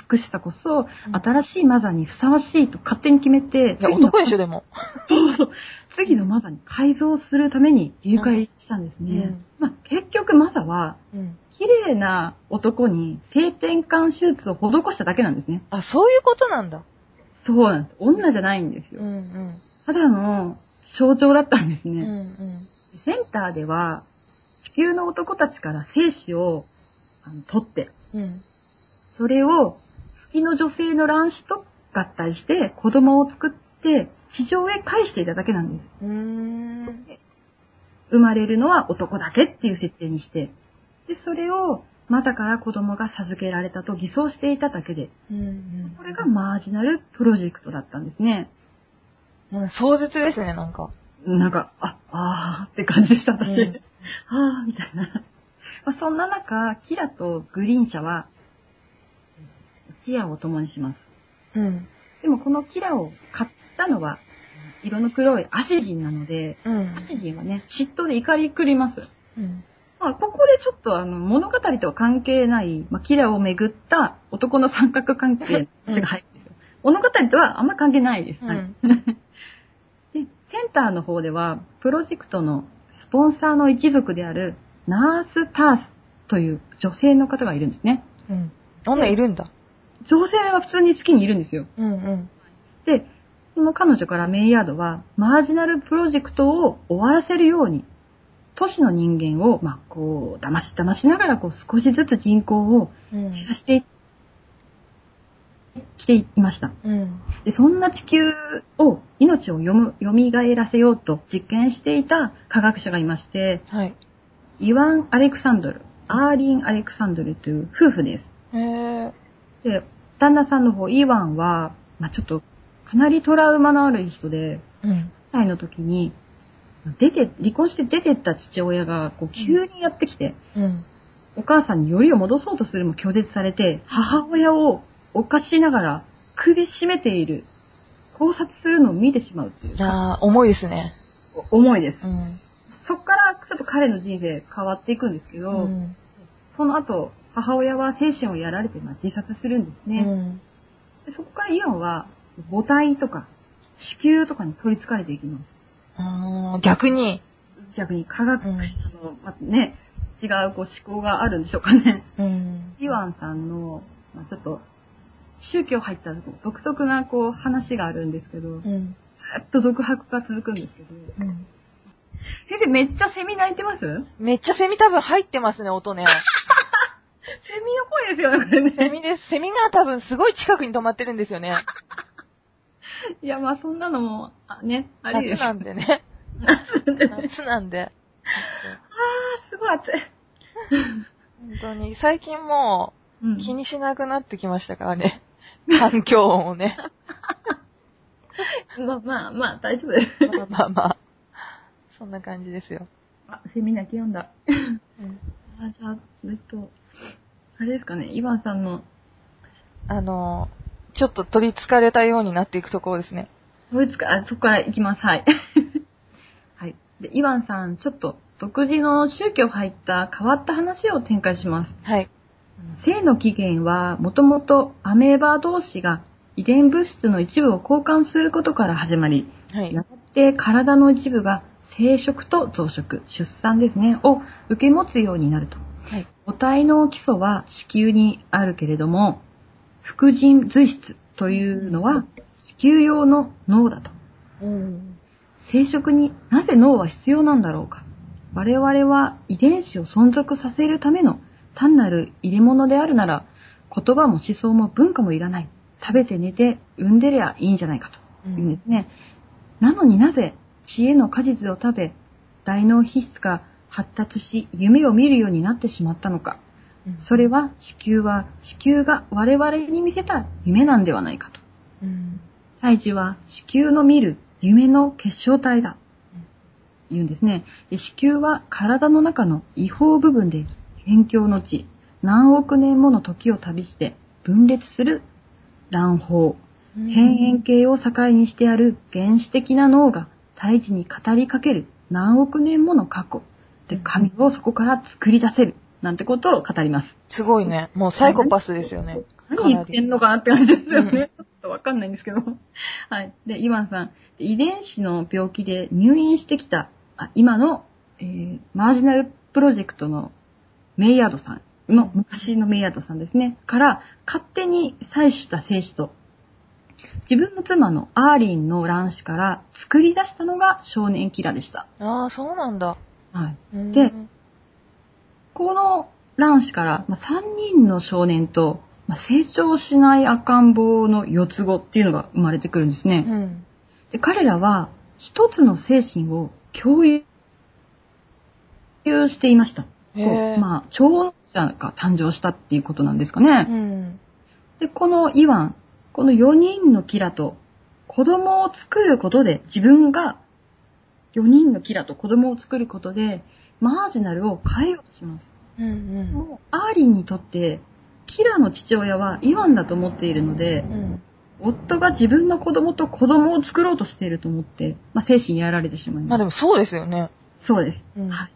Speaker 2: 美しさこそ、新しいマザーにふさわしいと勝手に決めて、
Speaker 1: いや、
Speaker 2: 次の
Speaker 1: 男でしょ、でも。
Speaker 2: そうそう。次のマザに改造するために誘拐したんですね。
Speaker 1: うん
Speaker 2: まあ、結局マザは、
Speaker 1: うん。
Speaker 2: 綺麗な男に性転換手術を施しただけなんですね。
Speaker 1: あ、そういうことなんだ。
Speaker 2: そうなんです。女じゃないんです
Speaker 1: う
Speaker 2: よ。
Speaker 1: んうん。
Speaker 2: ただの象徴だったんです
Speaker 1: う
Speaker 2: ね。
Speaker 1: ん
Speaker 2: センターでは、地球の男たちから精子をあの取って、
Speaker 1: うん。
Speaker 2: それを月の女性の卵子と合体して子供を作って地上へ返していただけなんです。
Speaker 1: うーん。
Speaker 2: 生まれるのは男だけっていう設定にして、で、それをマザから子供が授けられたと偽装していただけで、
Speaker 1: うん
Speaker 2: これがマージナルプロジェクトだったんですね。
Speaker 1: うん、壮絶ですね、なんか。
Speaker 2: なんか、あ、あーって感じでした、私。
Speaker 1: うん
Speaker 2: あーみたいな。まあ、そんな中、キラとグリーン社は、キアを共にします。
Speaker 1: うん。
Speaker 2: でもこのキラを買ったのは、色の黒いアシギンなので、
Speaker 1: うん
Speaker 2: ア。シギンはね、嫉妬で怒り狂います。
Speaker 1: うん。
Speaker 2: まあ、ここでちょっとあの物語とは関係ない、まあ、キラをめぐった男の三角関係の話が入ってるんですよ。物語とはあんま関係ないです。
Speaker 1: う
Speaker 2: はい
Speaker 1: ん。
Speaker 2: で、センターの方では、プロジェクトのスポンサーの一族である、ナース・タースという女性の方がいるんですね。
Speaker 1: うん。女いるんだ。
Speaker 2: 女性は普通に月にいるんですよ。
Speaker 1: うんうん。
Speaker 2: で、その彼女からメイヤードは、マージナルプロジェクトを終わらせるように、都市の人間を、まあ、こう、騙し騙しながら、こう、少しずつ人口を
Speaker 1: うん。
Speaker 2: 減らしてきていました。
Speaker 1: うん。
Speaker 2: で、そんな地球を、命をよむ、蘇らせようと実験していた科学者がいまして、
Speaker 1: はい。
Speaker 2: イワン・アレクサンドル、アーリン・アレクサンドルという夫婦です。
Speaker 1: へえ。
Speaker 2: で、旦那さんの方、イワンは、まあ、ちょっと、かなりトラウマのある人で、
Speaker 1: うん。
Speaker 2: 1歳の時に、出て、離婚して出てった父親が、こう、急にやってきて、
Speaker 1: うん。
Speaker 2: お母さんによりを戻そうとするも拒絶されて、母親を犯しながら首絞めている、考察するのを見てしまうっていう
Speaker 1: あー、重いですね。
Speaker 2: 思いです。
Speaker 1: う
Speaker 2: そっからちょっと彼の人生変わっていくんですけど、
Speaker 1: ん。うん。
Speaker 2: その後、母親は精神をやられてまあ自殺するんです
Speaker 1: う
Speaker 2: ね。
Speaker 1: ん。
Speaker 2: でそこからイオンは母体とか子宮とかに取り憑かれていきます。
Speaker 1: あー逆に。
Speaker 2: 逆に科学者
Speaker 1: うん
Speaker 2: の、まあね、違うこう思考があるんでしょうかね。
Speaker 1: うん。
Speaker 2: イワンさんの、まあ、ちょっと、宗教入った独特なこう話があるんですけど、ず
Speaker 1: う
Speaker 2: っ
Speaker 1: ん。
Speaker 2: と独白が続くんですけ
Speaker 1: うん。
Speaker 2: ど。先生めっちゃセミ鳴いてますセミの
Speaker 1: めっちゃセミ多分入ってますね、音ね。
Speaker 2: 声ですよね、これ
Speaker 1: セ
Speaker 2: ね。
Speaker 1: ミ です。セミが多分すごい近くに止まってるんですよね。
Speaker 2: いや、まあそんなのも、あね、あ
Speaker 1: 夏
Speaker 2: りです。あ
Speaker 1: なんでね。夏なんで。
Speaker 2: ー、すごい暑い。
Speaker 1: 本当に、最近も
Speaker 2: う、
Speaker 1: うん気にしなくなってきましたからね。環境音をね。
Speaker 2: まあまあ、まあ大丈夫です。
Speaker 1: まあまあまあ。そんな感じですよ。
Speaker 2: あ、セミ鳴き読んだ。
Speaker 1: うん
Speaker 2: あ、じゃあ、えっと、あれですかね、イワンさんの
Speaker 1: あのー、ちょっと取り憑かれたようになっていくところですね。
Speaker 2: ドイツか、あ、そこから行きます。はい。 はい。で、イワンさん、ちょっと独自の宗教入った変わった話を展開します。
Speaker 1: はい。
Speaker 2: 性の起源は、もともとアメーバー同士が遺伝物質の一部を交換することから始まり、
Speaker 1: はい
Speaker 2: や。がて体の一部が生殖と増殖、出産ですね、を受け持つようになると。
Speaker 1: はい。
Speaker 2: 母体の基礎は子宮にあるけれども、副腎髄質というのは子宮用の脳だと。
Speaker 1: うん。
Speaker 2: 生殖になぜ脳は必要なんだろうか我々は遺伝子を存続させるための単なる入れ物であるなら言葉も思想も文化もいらない食べて寝て産んでりゃいいんじゃないか
Speaker 1: う
Speaker 2: というんで
Speaker 1: ん。
Speaker 2: すね、なのになぜ知恵の果実を食べ大脳皮質が発達し夢を見るようになってしまったのかそれは子宮は子宮が我々に見せた夢なんではないかと
Speaker 1: うん。
Speaker 2: 胎児は子宮の見る夢の結晶体だ。言うんですね。で子宮は体の中の違法部分で辺境の地、何億年もの時を旅して分裂する卵
Speaker 1: うん。
Speaker 2: 胞、辺縁系を境にしてある原始的な脳が胎児に語りかける何億年もの過去で神をそこから作り出せるなんてことを語ります。
Speaker 1: すごいね。もうサイコパスですよね。
Speaker 2: 何言ってんのかなって感じですよね。ちょっとわかんないんですけど。はい。で、イワンさん、遺伝子の病気で入院してきた、あ今の、えーマージナルプロジェクトのメイヤードさんの、昔のメイヤードさんですね、から勝手に採取した精子と、自分の妻のアーリンの卵子から作り出したのが少年キラでした。
Speaker 1: ああ、そうなんだ。
Speaker 2: はい。
Speaker 1: うん
Speaker 2: でこの卵子から、まあ、3人の少年と、まあ、成長しない赤ん坊の四つ子っていうのが生まれてくるんですね。
Speaker 1: うん。
Speaker 2: で彼らは一つの精神を共有していました。
Speaker 1: へえ。
Speaker 2: まあ、超能者が誕生したっていうことなんですかね。
Speaker 1: うん。
Speaker 2: で、このイワン、この4人のキラと子供を作ることで、自分が4人のキラと子供を作ることで、マージナルを変えようとします。
Speaker 1: うんうん。
Speaker 2: もう、アーリンにとって、キラの父親はイワンだと思っているので
Speaker 1: う、ん。
Speaker 2: 夫が自分の子供と子供を作ろうとしていると思って、まあ、精神やられてしまい
Speaker 1: ま
Speaker 2: ま
Speaker 1: あ
Speaker 2: す。
Speaker 1: でもそうですよね。
Speaker 2: そうです。
Speaker 1: うん。
Speaker 2: はい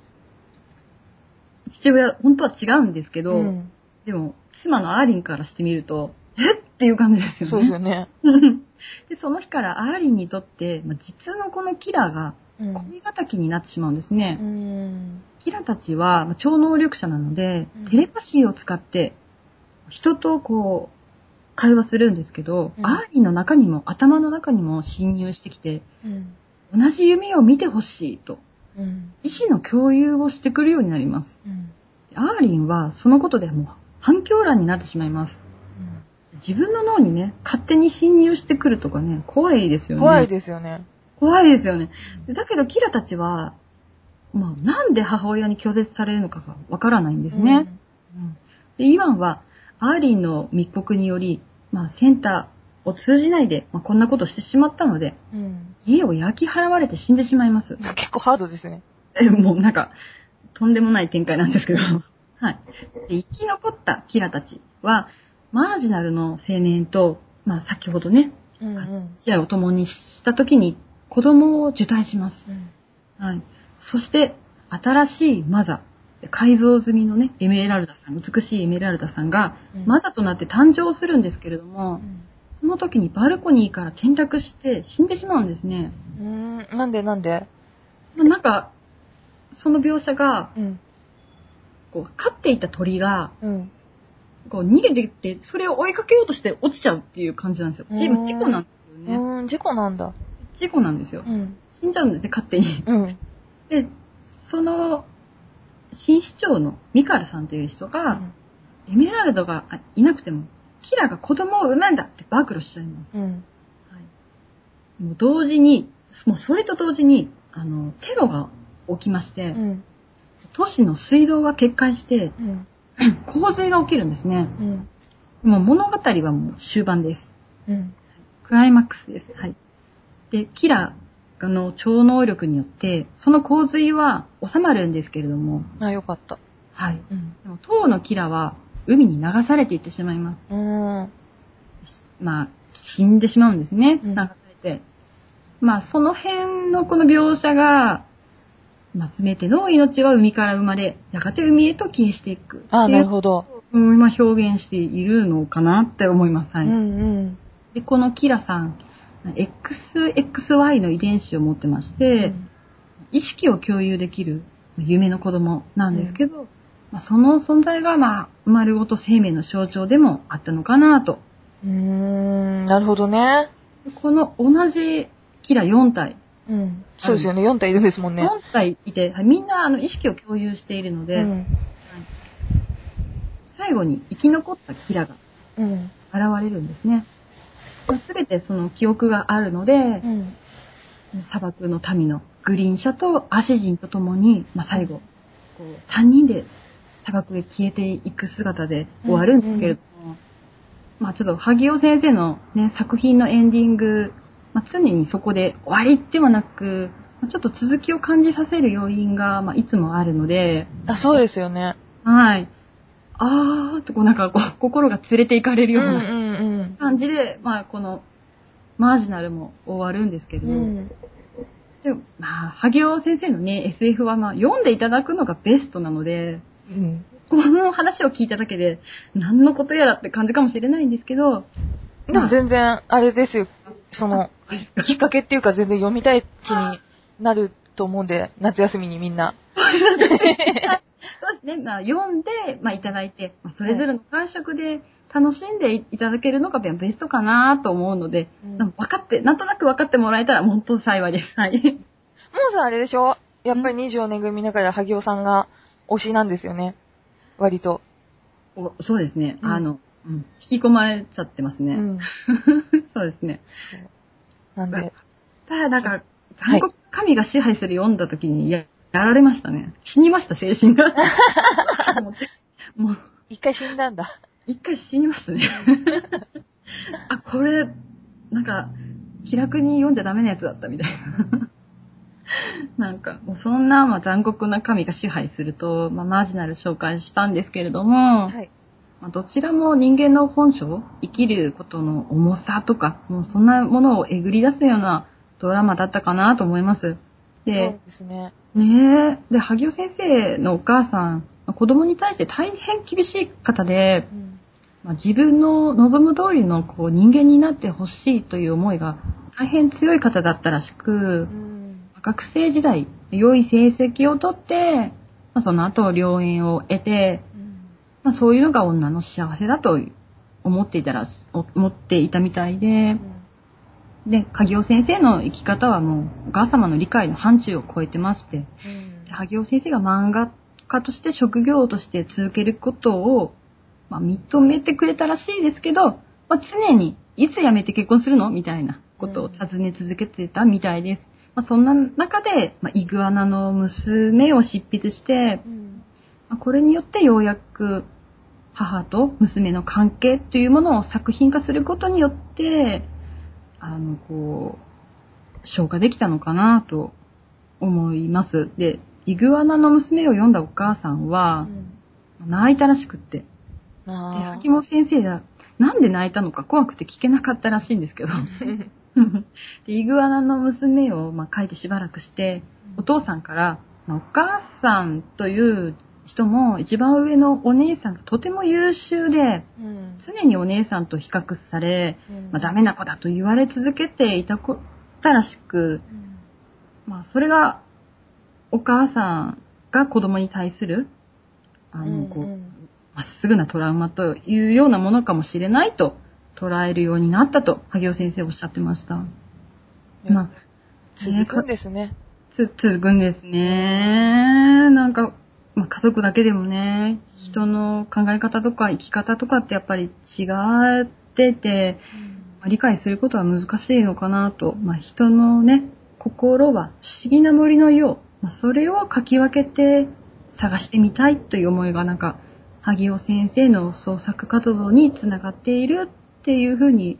Speaker 2: 父親、本当は違うんですけど、
Speaker 1: うん
Speaker 2: でも、妻のアーリンからしてみると、えっていう感じですよね。
Speaker 1: そうですよね。
Speaker 2: で、その日からアーリンにとって、まあ実のこのキラが
Speaker 1: うん。
Speaker 2: 恋敵になってしまうんですね。
Speaker 1: うん。
Speaker 2: キラたちはまあ超能力者なので、
Speaker 1: うん
Speaker 2: テレパシーを使って人とこう会話するんですけど、
Speaker 1: うん
Speaker 2: アーリンの中にも頭の中にも侵入してきて、
Speaker 1: うん。
Speaker 2: 同じ夢を見てほしいと
Speaker 1: うん。
Speaker 2: 意思の共有をしてくるようになります。
Speaker 1: うん。
Speaker 2: でアーリンはそのことでもう反響欄になってしまいます。自分の脳にね、勝手に侵入してくるとかね、怖いですよね。
Speaker 1: 怖いですよね。
Speaker 2: 怖いですよね。だけど、キラたちは、まあ、なんで母親に拒絶されるのかがわからないんですね、うんで、イワンは、アーリンの密告により、まあ、センターを通じないで、まあ、こんなことしてしまったので、
Speaker 1: うん。うん。
Speaker 2: 家を焼き払われて死んでしまいます。
Speaker 1: 結構ハードですね。
Speaker 2: え、もうなんか、とんでもない展開なんですけど。はい。で、生き残ったキラたちは、マージナルの青年と、まあ、先ほどね、
Speaker 1: うん
Speaker 2: 試合を共にした時に、子供を受胎します。
Speaker 1: うん。
Speaker 2: はい。そして、新しいマザー、改造済みのね、エメラルダさん、美しいエメラルダさんが、
Speaker 1: うん
Speaker 2: マザーとなって誕生するんですけれども、その時にバルコニーから転落して死んでしまうんですね。
Speaker 1: うん。うんなんでなんで
Speaker 2: まあなんか、その描写が、
Speaker 1: うん。
Speaker 2: こう、飼っていた鳥が、
Speaker 1: うん。
Speaker 2: こう、逃げてって、それを追いかけようとして落ちちゃうっていう感じなんですよ。
Speaker 1: うん
Speaker 2: チーム事故なんですよ
Speaker 1: う
Speaker 2: ね。
Speaker 1: ーん、事故なんだ。
Speaker 2: 事故なんですよ
Speaker 1: う。ん。
Speaker 2: 死んじゃうんですね、勝手に。
Speaker 1: うん。
Speaker 2: で、その、新市長のミカルさんという人が、エメラルドがあいなくても、キラが子供を産めんだって暴露しちゃいま
Speaker 1: うん。
Speaker 2: す。もう同時に、もうそれと同時に、あの、テロが起きまして、
Speaker 1: うん。
Speaker 2: 都市の水道が決壊して、
Speaker 1: うん。
Speaker 2: 洪水が起きるんですね。
Speaker 1: うん。
Speaker 2: もう物語はもう終盤です。
Speaker 1: うん。
Speaker 2: クライマックスです。はい。で、キラの超能力によって、その洪水は収まるんですけれども、
Speaker 1: あ、よかった。
Speaker 2: はい。
Speaker 1: うん。
Speaker 2: でも、当のキラは海に流されていってしまいます。
Speaker 1: うん。
Speaker 2: まあ、死んでしまうんですね。
Speaker 1: うん
Speaker 2: 流されて。まあ、その辺のこの描写が、まあ、すべての命は海から生まれ、やがて海へと消えしていく。
Speaker 1: あ、なる
Speaker 2: ど。
Speaker 1: ほど。
Speaker 2: 今表現しているのかなって思います。は
Speaker 1: う
Speaker 2: い。
Speaker 1: ん
Speaker 2: で、このキラさん、XXY の遺伝子を持ってまし
Speaker 1: うん。
Speaker 2: て、意識を共有できる夢の子供なんですけど、まあ、その存在が、まあ、生まれごと生命の象徴でもあったのかなと
Speaker 1: うーん、なるほどね。
Speaker 2: この同じキラ4体、
Speaker 1: うん。そうですよね。4体いるんですもんね。
Speaker 2: 4体いて、はいみんなあの意識を共有しているの
Speaker 1: う
Speaker 2: で、
Speaker 1: ん。
Speaker 2: 最後に生き残ったキラが
Speaker 1: うん。
Speaker 2: 現れるんですね。すべてその記憶があるので
Speaker 1: う、ん。
Speaker 2: 砂漠の民のグリーン車とアシジンと共に、まあ、最後、こう3人で砂漠へ消えていく姿で終わるんですけれども、まあちょっと萩尾先生の、ね、作品のエンディング、まあ、常にそこで終わりではなく、まあちょっと続きを感じさせる要因が、まあ、いつもあるので、
Speaker 1: あ、そうですよね。
Speaker 2: はい。あーってこうなんかこう心が連れていかれる
Speaker 1: うん
Speaker 2: よう
Speaker 1: う
Speaker 2: なん感じで、まあこのマージナルも終わるんですけれ
Speaker 1: う
Speaker 2: ど、
Speaker 1: ん。うん。
Speaker 2: でも、まあ、萩尾先生のね、SF は、まあ、読んでいただくのがベストなので、
Speaker 1: うん。
Speaker 2: この話を聞いただけで、何のことやらって感じかもしれないんですけど、
Speaker 1: でも全然、あれですよ。その、きっかけっていうか全然読みたい気になると思うんで、夏休みにみんな。
Speaker 2: そうですね、まあ、読んで、まあ、いただいて、まあ、それぞれの感触で楽しんでいただけるのがベストかなと思うので、
Speaker 1: うん
Speaker 2: でも分かって、なんとなく分かってもらえたら、本当幸いです。はい。
Speaker 1: もうさ、あれでしょやっぱり24年組だから、萩尾さんが推しなんですよね。割と。
Speaker 2: おそうですね。
Speaker 1: うん
Speaker 2: あの、うん引き込まれちゃってます
Speaker 1: う
Speaker 2: ね。
Speaker 1: ん。
Speaker 2: そうですね。
Speaker 1: そうなん
Speaker 2: ま
Speaker 1: で、
Speaker 2: ただ、なんか、韓国神が支配する読んだ時にややられましたね。死にました、精神が。もう、もう
Speaker 1: 一回死んだんだ。
Speaker 2: 一回死にましたね。あ、これ、なんか、気楽に読んじゃダメなやつだったみたい な。なんか、もうそんな、まあ、残酷な神が支配すると、まあ、マージナル紹介したんですけれども、
Speaker 1: はい。
Speaker 2: まあ、どちらも人間の本性、生きることの重さとか、もうそんなものをえぐり出すようなドラマだったかなと思います。
Speaker 1: そう
Speaker 2: で、
Speaker 1: ですね。
Speaker 2: ねえ、で、萩尾先生のお母さん、まあ子供に対して大変厳しい方で
Speaker 1: う、ん。
Speaker 2: まあ、自分の望む通りのこう人間になってほしいという思いが大変強い方だったらしく
Speaker 1: う、ん。
Speaker 2: 学生時代、良い成績をとって、まあ、その後、良縁を得て、
Speaker 1: うん
Speaker 2: まあ、そういうのが女の幸せだと思っていたらし、思っていたみたいで、で、萩尾先生の生き方はもう、お母様の理解の範疇を超えてまして、
Speaker 1: うん
Speaker 2: で萩尾先生が漫画家として職業として続けることを、まあ、認めてくれたらしいですけど、まあ、常に、いつ辞めて結婚するのみたいなことを尋ね続けてたみたいです。まあ、そんな中で、まあ、イグアナの娘を執筆して、
Speaker 1: うん。
Speaker 2: まあこれによってようやく母と娘の関係というものを作品化することによって、あの、こう、消化できたのかなと思います。で、イグアナの娘を読んだお母さん
Speaker 1: う
Speaker 2: は、
Speaker 1: ん
Speaker 2: 泣いたらしくって。で、
Speaker 1: あ
Speaker 2: 萩本先生が、なんで泣いたのか怖くて聞けなかったらしいんですけど。
Speaker 1: ー
Speaker 2: で、イグアナの娘を、まあ、書いてしばらくして、お父さんから、まあお母さんという人も一番上のお姉さんがとても優秀で、
Speaker 1: うん。
Speaker 2: 常にお姉さんと比較され、
Speaker 1: うん
Speaker 2: まあ、ダ。メな子だと言われ続けていた子たらしく、
Speaker 1: うん
Speaker 2: まあ、それがお母さんが子供に対する、あの、こう、
Speaker 1: うんう
Speaker 2: ま
Speaker 1: ん
Speaker 2: っすぐなトラウマというようなものかもしれないと捉えるようになったと、萩尾先生おっしゃってました。まあ、
Speaker 1: 続くんですね。
Speaker 2: つ、続くんですね。なんか、まあ、家族だけでもね、
Speaker 1: うん
Speaker 2: 人の考え方とか生き方とかってやっぱり違ってて、まあ理解することは難しいのかなと。まあ、人のね、心は不思議な森のよう。まあ、それをかき分けて探してみたいという思いがなんか、萩尾先生の創作活動につながっているっていうふうに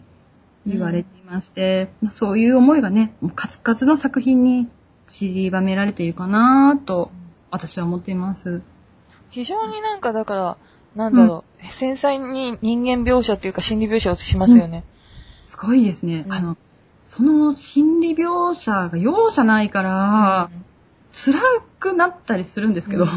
Speaker 2: 言われていまして、まあ、そういう思いがね、もう数々の作品に散りばめられているかなと私は思っています。
Speaker 1: 非常になんかだから、なんだろう、繊細に人間描写っていうか心理描写をしますよね。
Speaker 2: すごいですね。
Speaker 1: うん
Speaker 2: あの、その心理描写が容赦ないから、辛くなったりするんですけど、
Speaker 1: う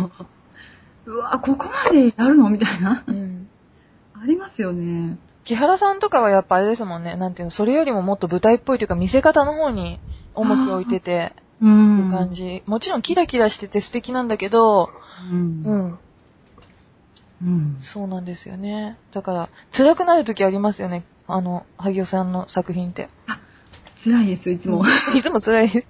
Speaker 2: うんわ、ここまでやるのみたいな。
Speaker 1: うん。
Speaker 2: ありますよね。
Speaker 1: 木原さんとかはやっぱあれですもんね、なんていうの、それよりももっと舞台っぽいというか見せ方の方に重きを置いてて、
Speaker 2: う
Speaker 1: い
Speaker 2: ん
Speaker 1: う感じ。もちろんキラキラしてて素敵なんだけど、
Speaker 2: う。
Speaker 1: うんん、
Speaker 2: うん。
Speaker 1: そうなんですよね。だから、辛くなる時ありますよね、あの、萩尾さんの作品って。
Speaker 2: 辛いです、いつも。ポ
Speaker 1: いつも辛いです。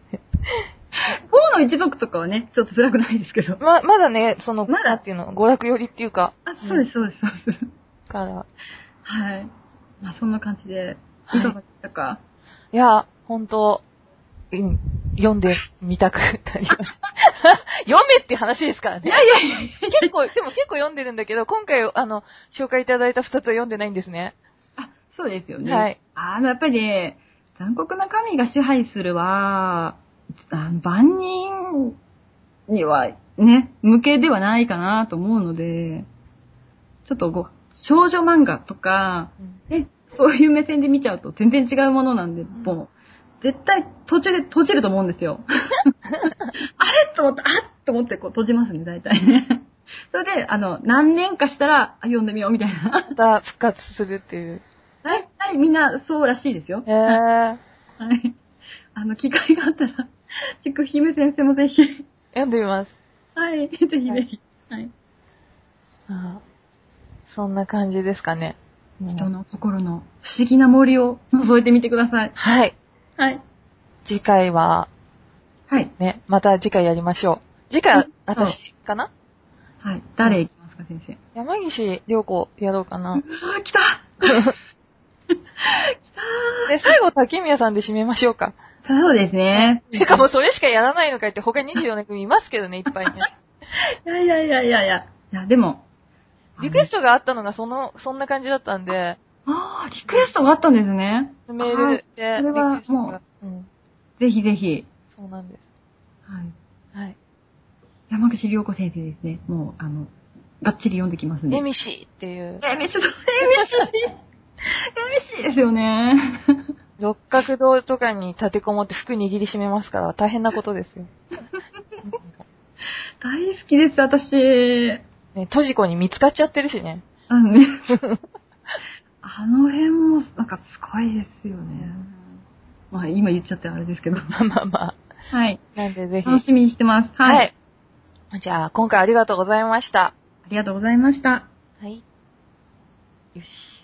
Speaker 2: ーの一族とかはね、ちょっと辛くないですけど。
Speaker 1: ま、まだね、その、
Speaker 2: まだ
Speaker 1: なんていうの、娯楽寄りっていうか、
Speaker 2: あ、そうです、そうです、そうです。
Speaker 1: から。
Speaker 2: はい。まあ、そんな感じで、
Speaker 1: はい
Speaker 2: いかがでしたか、
Speaker 1: いや、本当うん、読んでみたくなりま した。読めって話ですからね。
Speaker 2: いやいやいや
Speaker 1: 結 構、でも結構読んでるんだけど、今回、あの、紹介いただいた二つは読んでないんですね。
Speaker 2: あ、そうですよね。
Speaker 1: はい。
Speaker 2: あの、やっぱりね、残酷な神が支配するは、あの万人にはね、向けではないかなと思うので、ちょっとご、少女漫画とか、ね、そういう目線で見ちゃうと全然違うものなんで、
Speaker 1: ん
Speaker 2: もう、絶対途中で閉じると思うんで すよ。あれと思って、あっと思ってこう閉じますね、大体ね。それで、あの、何年かしたら、あ読んでみようみたいな。
Speaker 1: また復活するっていう。
Speaker 2: 大体みんなそうらしいですよ
Speaker 1: え。ー、
Speaker 2: はい。あの、機会があったら、 ちくひめ先生もぜひ。
Speaker 1: 読んでみます。
Speaker 2: はい、ぜひぜひ。はい。
Speaker 1: あそんな感じですかね。うん
Speaker 2: 人の心の不思議な森を覗いてみてください。
Speaker 1: はい。
Speaker 2: はい。
Speaker 1: 次回は、
Speaker 2: はい。
Speaker 1: ね、また次回やりましょう。次回は
Speaker 2: うん
Speaker 1: 私かな
Speaker 2: はい。誰行きますますか、先生。
Speaker 1: 山岸良子やろうかな。
Speaker 2: あー、来た来
Speaker 1: で、最後、竹宮さんで締めましょうか。
Speaker 2: たそうですね。
Speaker 1: てかもうそれしかやらないのかいって、他24組いますけどね、いっぱいね。
Speaker 2: いやいやいやいやいや。いや、でも。
Speaker 1: リクエストがあったのが、その、そんな感じだったんで、
Speaker 2: ああ、リクエストがあったんですね。
Speaker 1: メールで、
Speaker 2: それ
Speaker 1: リク
Speaker 2: は
Speaker 1: エストが。うん。
Speaker 2: ぜひぜひ。
Speaker 1: そうなんです。
Speaker 2: はい。
Speaker 1: はい。
Speaker 2: 山口良子先生ですね。もう、あの、がっちり読んできますね。
Speaker 1: エミシーっていう、
Speaker 2: えみし、えみし、えみしですよね。
Speaker 1: 六角堂とかに立てこもって服握りしめますから、大変なことですよ。
Speaker 2: 大好きです、私。
Speaker 1: ね、トジコに見つかっちゃってるしね。
Speaker 2: あのね。あの辺も、なんかすごいですよね。まあ、今言っちゃってあれですけど。
Speaker 1: まあまあまあ。
Speaker 2: はい。
Speaker 1: なんでぜひ。
Speaker 2: 楽しみにしてます。はい。
Speaker 1: はい。じゃあ、今回ありがとうございました。
Speaker 2: ありがとうございました。
Speaker 1: はい。よし。